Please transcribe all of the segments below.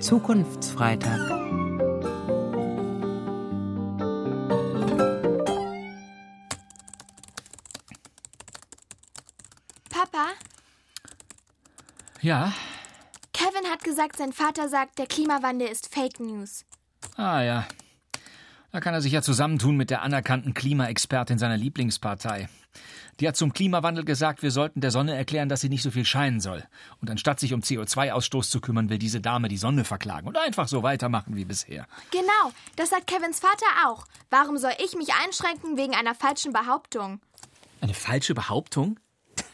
Zukunftsfreitag. Papa, Ja? Kevin hat gesagt, sein Vater sagt, der Klimawandel ist Fake News. Ah ja. Da kann er sich ja zusammentun mit der anerkannten Klimaexpertin seiner Lieblingspartei. Die hat zum Klimawandel gesagt, wir sollten der Sonne erklären, dass sie nicht so viel scheinen soll. Und anstatt sich um CO2-Ausstoß zu kümmern, will diese Dame die Sonne verklagen und einfach so weitermachen wie bisher. Genau, das sagt Kevins Vater auch. Warum soll ich mich einschränken wegen einer falschen Behauptung? Eine falsche Behauptung?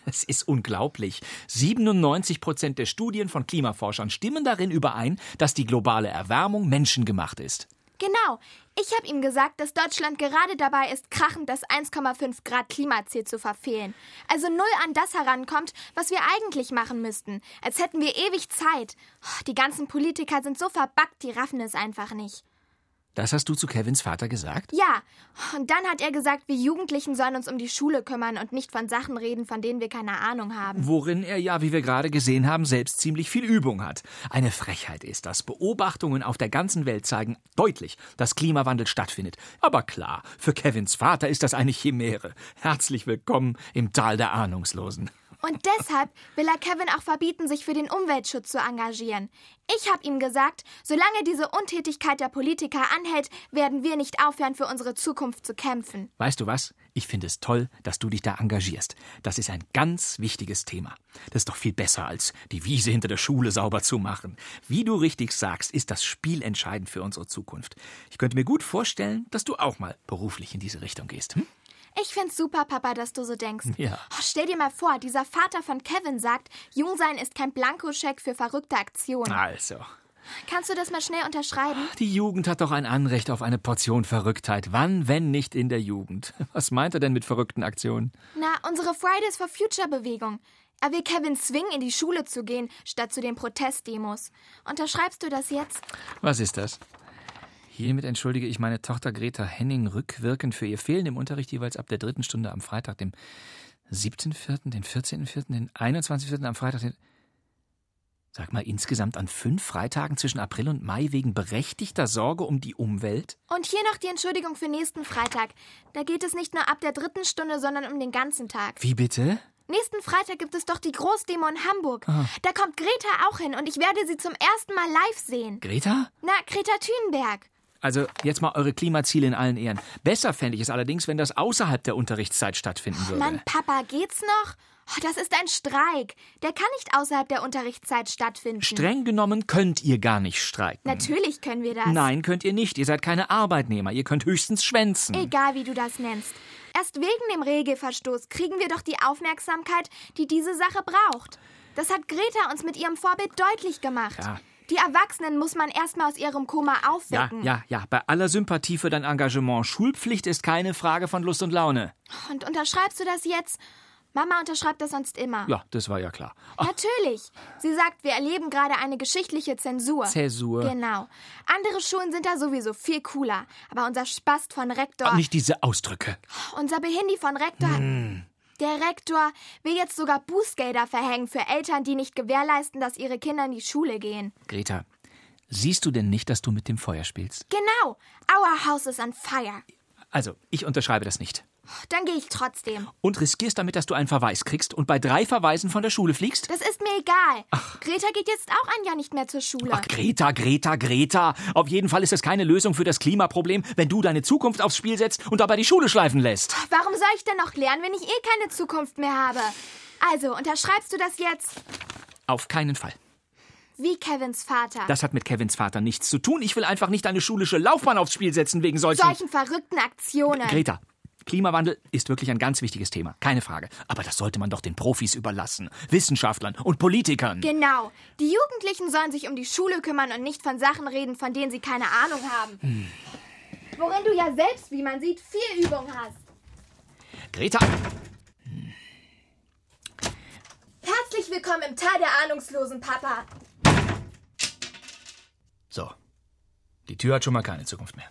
Das ist unglaublich. 97 Prozent der Studien von Klimaforschern stimmen darin überein, dass die globale Erwärmung menschengemacht ist. Genau, ich habe ihm gesagt, dass Deutschland gerade dabei ist, krachend das 1,5 Grad Klimaziel zu verfehlen. Also null an das herankommt, was wir eigentlich machen müssten. Als hätten wir ewig Zeit. Oh, Die ganzen Politiker sind so verbackt, die raffen es einfach nicht. Das hast du zu Kevins Vater gesagt? Ja, und dann hat er gesagt, wir Jugendlichen sollen uns um die Schule kümmern und nicht von Sachen reden, von denen wir keine Ahnung haben. worin er ja, wie wir gerade gesehen haben, selbst ziemlich viel Übung hat. Eine Frechheit ist das. Beobachtungen auf der ganzen Welt zeigen deutlich, dass Klimawandel stattfindet. Aber klar, für Kevins Vater ist das eine Chimäre. Herzlich willkommen im Tal der Ahnungslosen. Und deshalb will er Kevin auch verbieten, sich für den Umweltschutz zu engagieren. Ich habe ihm gesagt, solange diese Untätigkeit der Politiker anhält, werden wir nicht aufhören, für unsere Zukunft zu kämpfen. Weißt du was? Ich finde es toll, dass du dich da engagierst. Das ist ein ganz wichtiges Thema. Das ist doch viel besser, als die Wiese hinter der Schule sauber zu machen. Wie du richtig sagst, ist das Spiel entscheidend für unsere Zukunft. Ich könnte mir gut vorstellen, dass du auch mal beruflich in diese Richtung gehst. Hm? Ich find's super, Papa, dass du so denkst. Ja. Oh, stell dir mal vor, dieser Vater von Kevin sagt, Jungsein ist kein Blankoscheck für verrückte Aktionen. Also, Kannst du das mal schnell unterschreiben? die Jugend hat doch ein Anrecht auf eine Portion Verrücktheit. Wann, wenn nicht in der Jugend? Was meint er denn mit verrückten Aktionen? Na, unsere Fridays for Future Bewegung. Er will Kevin zwingen, in die Schule zu gehen, statt zu den Protestdemos. Unterschreibst du das jetzt? Was ist das? Hiermit entschuldige ich meine Tochter Greta Henning rückwirkend für ihr Fehlen im Unterricht jeweils ab der dritten Stunde am Freitag, dem 7.4., den 14.4., den 21.4. am Freitag, den. Sag mal, insgesamt an fünf Freitagen zwischen April und Mai wegen berechtigter Sorge um die Umwelt? Und hier noch die Entschuldigung für nächsten Freitag. Da geht es nicht nur ab der dritten Stunde, sondern um den ganzen Tag. Wie bitte? Nächsten Freitag gibt es doch die Großdemo in Hamburg. Da kommt Greta auch hin und ich werde sie zum ersten Mal live sehen. Greta? Na, Greta Thunberg. Also jetzt mal eure Klimaziele in allen Ehren. Besser fände ich es allerdings, wenn das außerhalb der Unterrichtszeit stattfinden würde. Mann, Papa, geht's noch? Oh, das ist ein Streik. Der kann nicht außerhalb der Unterrichtszeit stattfinden. Streng genommen könnt ihr gar nicht streiken. Natürlich können wir das. Nein, könnt ihr nicht. Ihr seid keine Arbeitnehmer. Ihr könnt höchstens schwänzen. Egal, wie du das nennst. Erst wegen dem Regelverstoß kriegen wir doch die Aufmerksamkeit, die diese Sache braucht. Das hat Greta uns mit ihrem Vorbild deutlich gemacht. Ja. Die Erwachsenen muss man erstmal aus ihrem Koma ja, aufwecken. ja, ja. Bei aller Sympathie für dein Engagement. Schulpflicht ist keine Frage von Lust und Laune. Und unterschreibst du das jetzt? Mama unterschreibt das sonst immer. Ja, das war ja klar. Ach, Natürlich. Sie sagt, wir erleben gerade eine geschichtliche Zensur. Zäsur. Genau. Andere Schulen sind da sowieso viel cooler. Aber unser Spast von Rektor. Nicht diese Ausdrücke. Unser Behindi von Rektor. Hm. Der Rektor will jetzt sogar Bußgelder verhängen für Eltern, die nicht gewährleisten, dass ihre Kinder in die Schule gehen. Greta, siehst du denn nicht, dass du mit dem Feuer spielst? Genau. Our house is on fire. Also, ich unterschreibe das nicht. Dann gehe ich trotzdem. Und riskierst damit, dass du einen Verweis kriegst und bei drei Verweisen von der Schule fliegst? Das ist mir egal. Greta geht jetzt auch ein Jahr nicht mehr zur Schule. Ach, Greta, Greta, Greta. Auf jeden Fall ist es keine Lösung für das Klimaproblem, wenn du deine Zukunft aufs Spiel setzt und dabei die Schule schleifen lässt. Warum soll ich denn noch lernen, wenn ich eh keine Zukunft mehr habe? Also, unterschreibst du das jetzt? Auf keinen Fall. Wie Kevins Vater. Das hat mit Kevins Vater nichts zu tun. Ich will einfach nicht deine schulische Laufbahn aufs Spiel setzen wegen solchen. Solchen verrückten Aktionen. Greta, Klimawandel ist wirklich ein ganz wichtiges Thema, keine Frage. Aber das sollte man doch den Profis überlassen, Wissenschaftlern und Politikern. Genau. Die Jugendlichen sollen sich um die Schule kümmern und nicht von Sachen reden, von denen sie keine Ahnung haben. Worin du ja selbst, wie man sieht, viel Übung hast. Greta, Herzlich willkommen im Tal der Ahnungslosen, Papa. so, die Tür hat schon mal keine Zukunft mehr.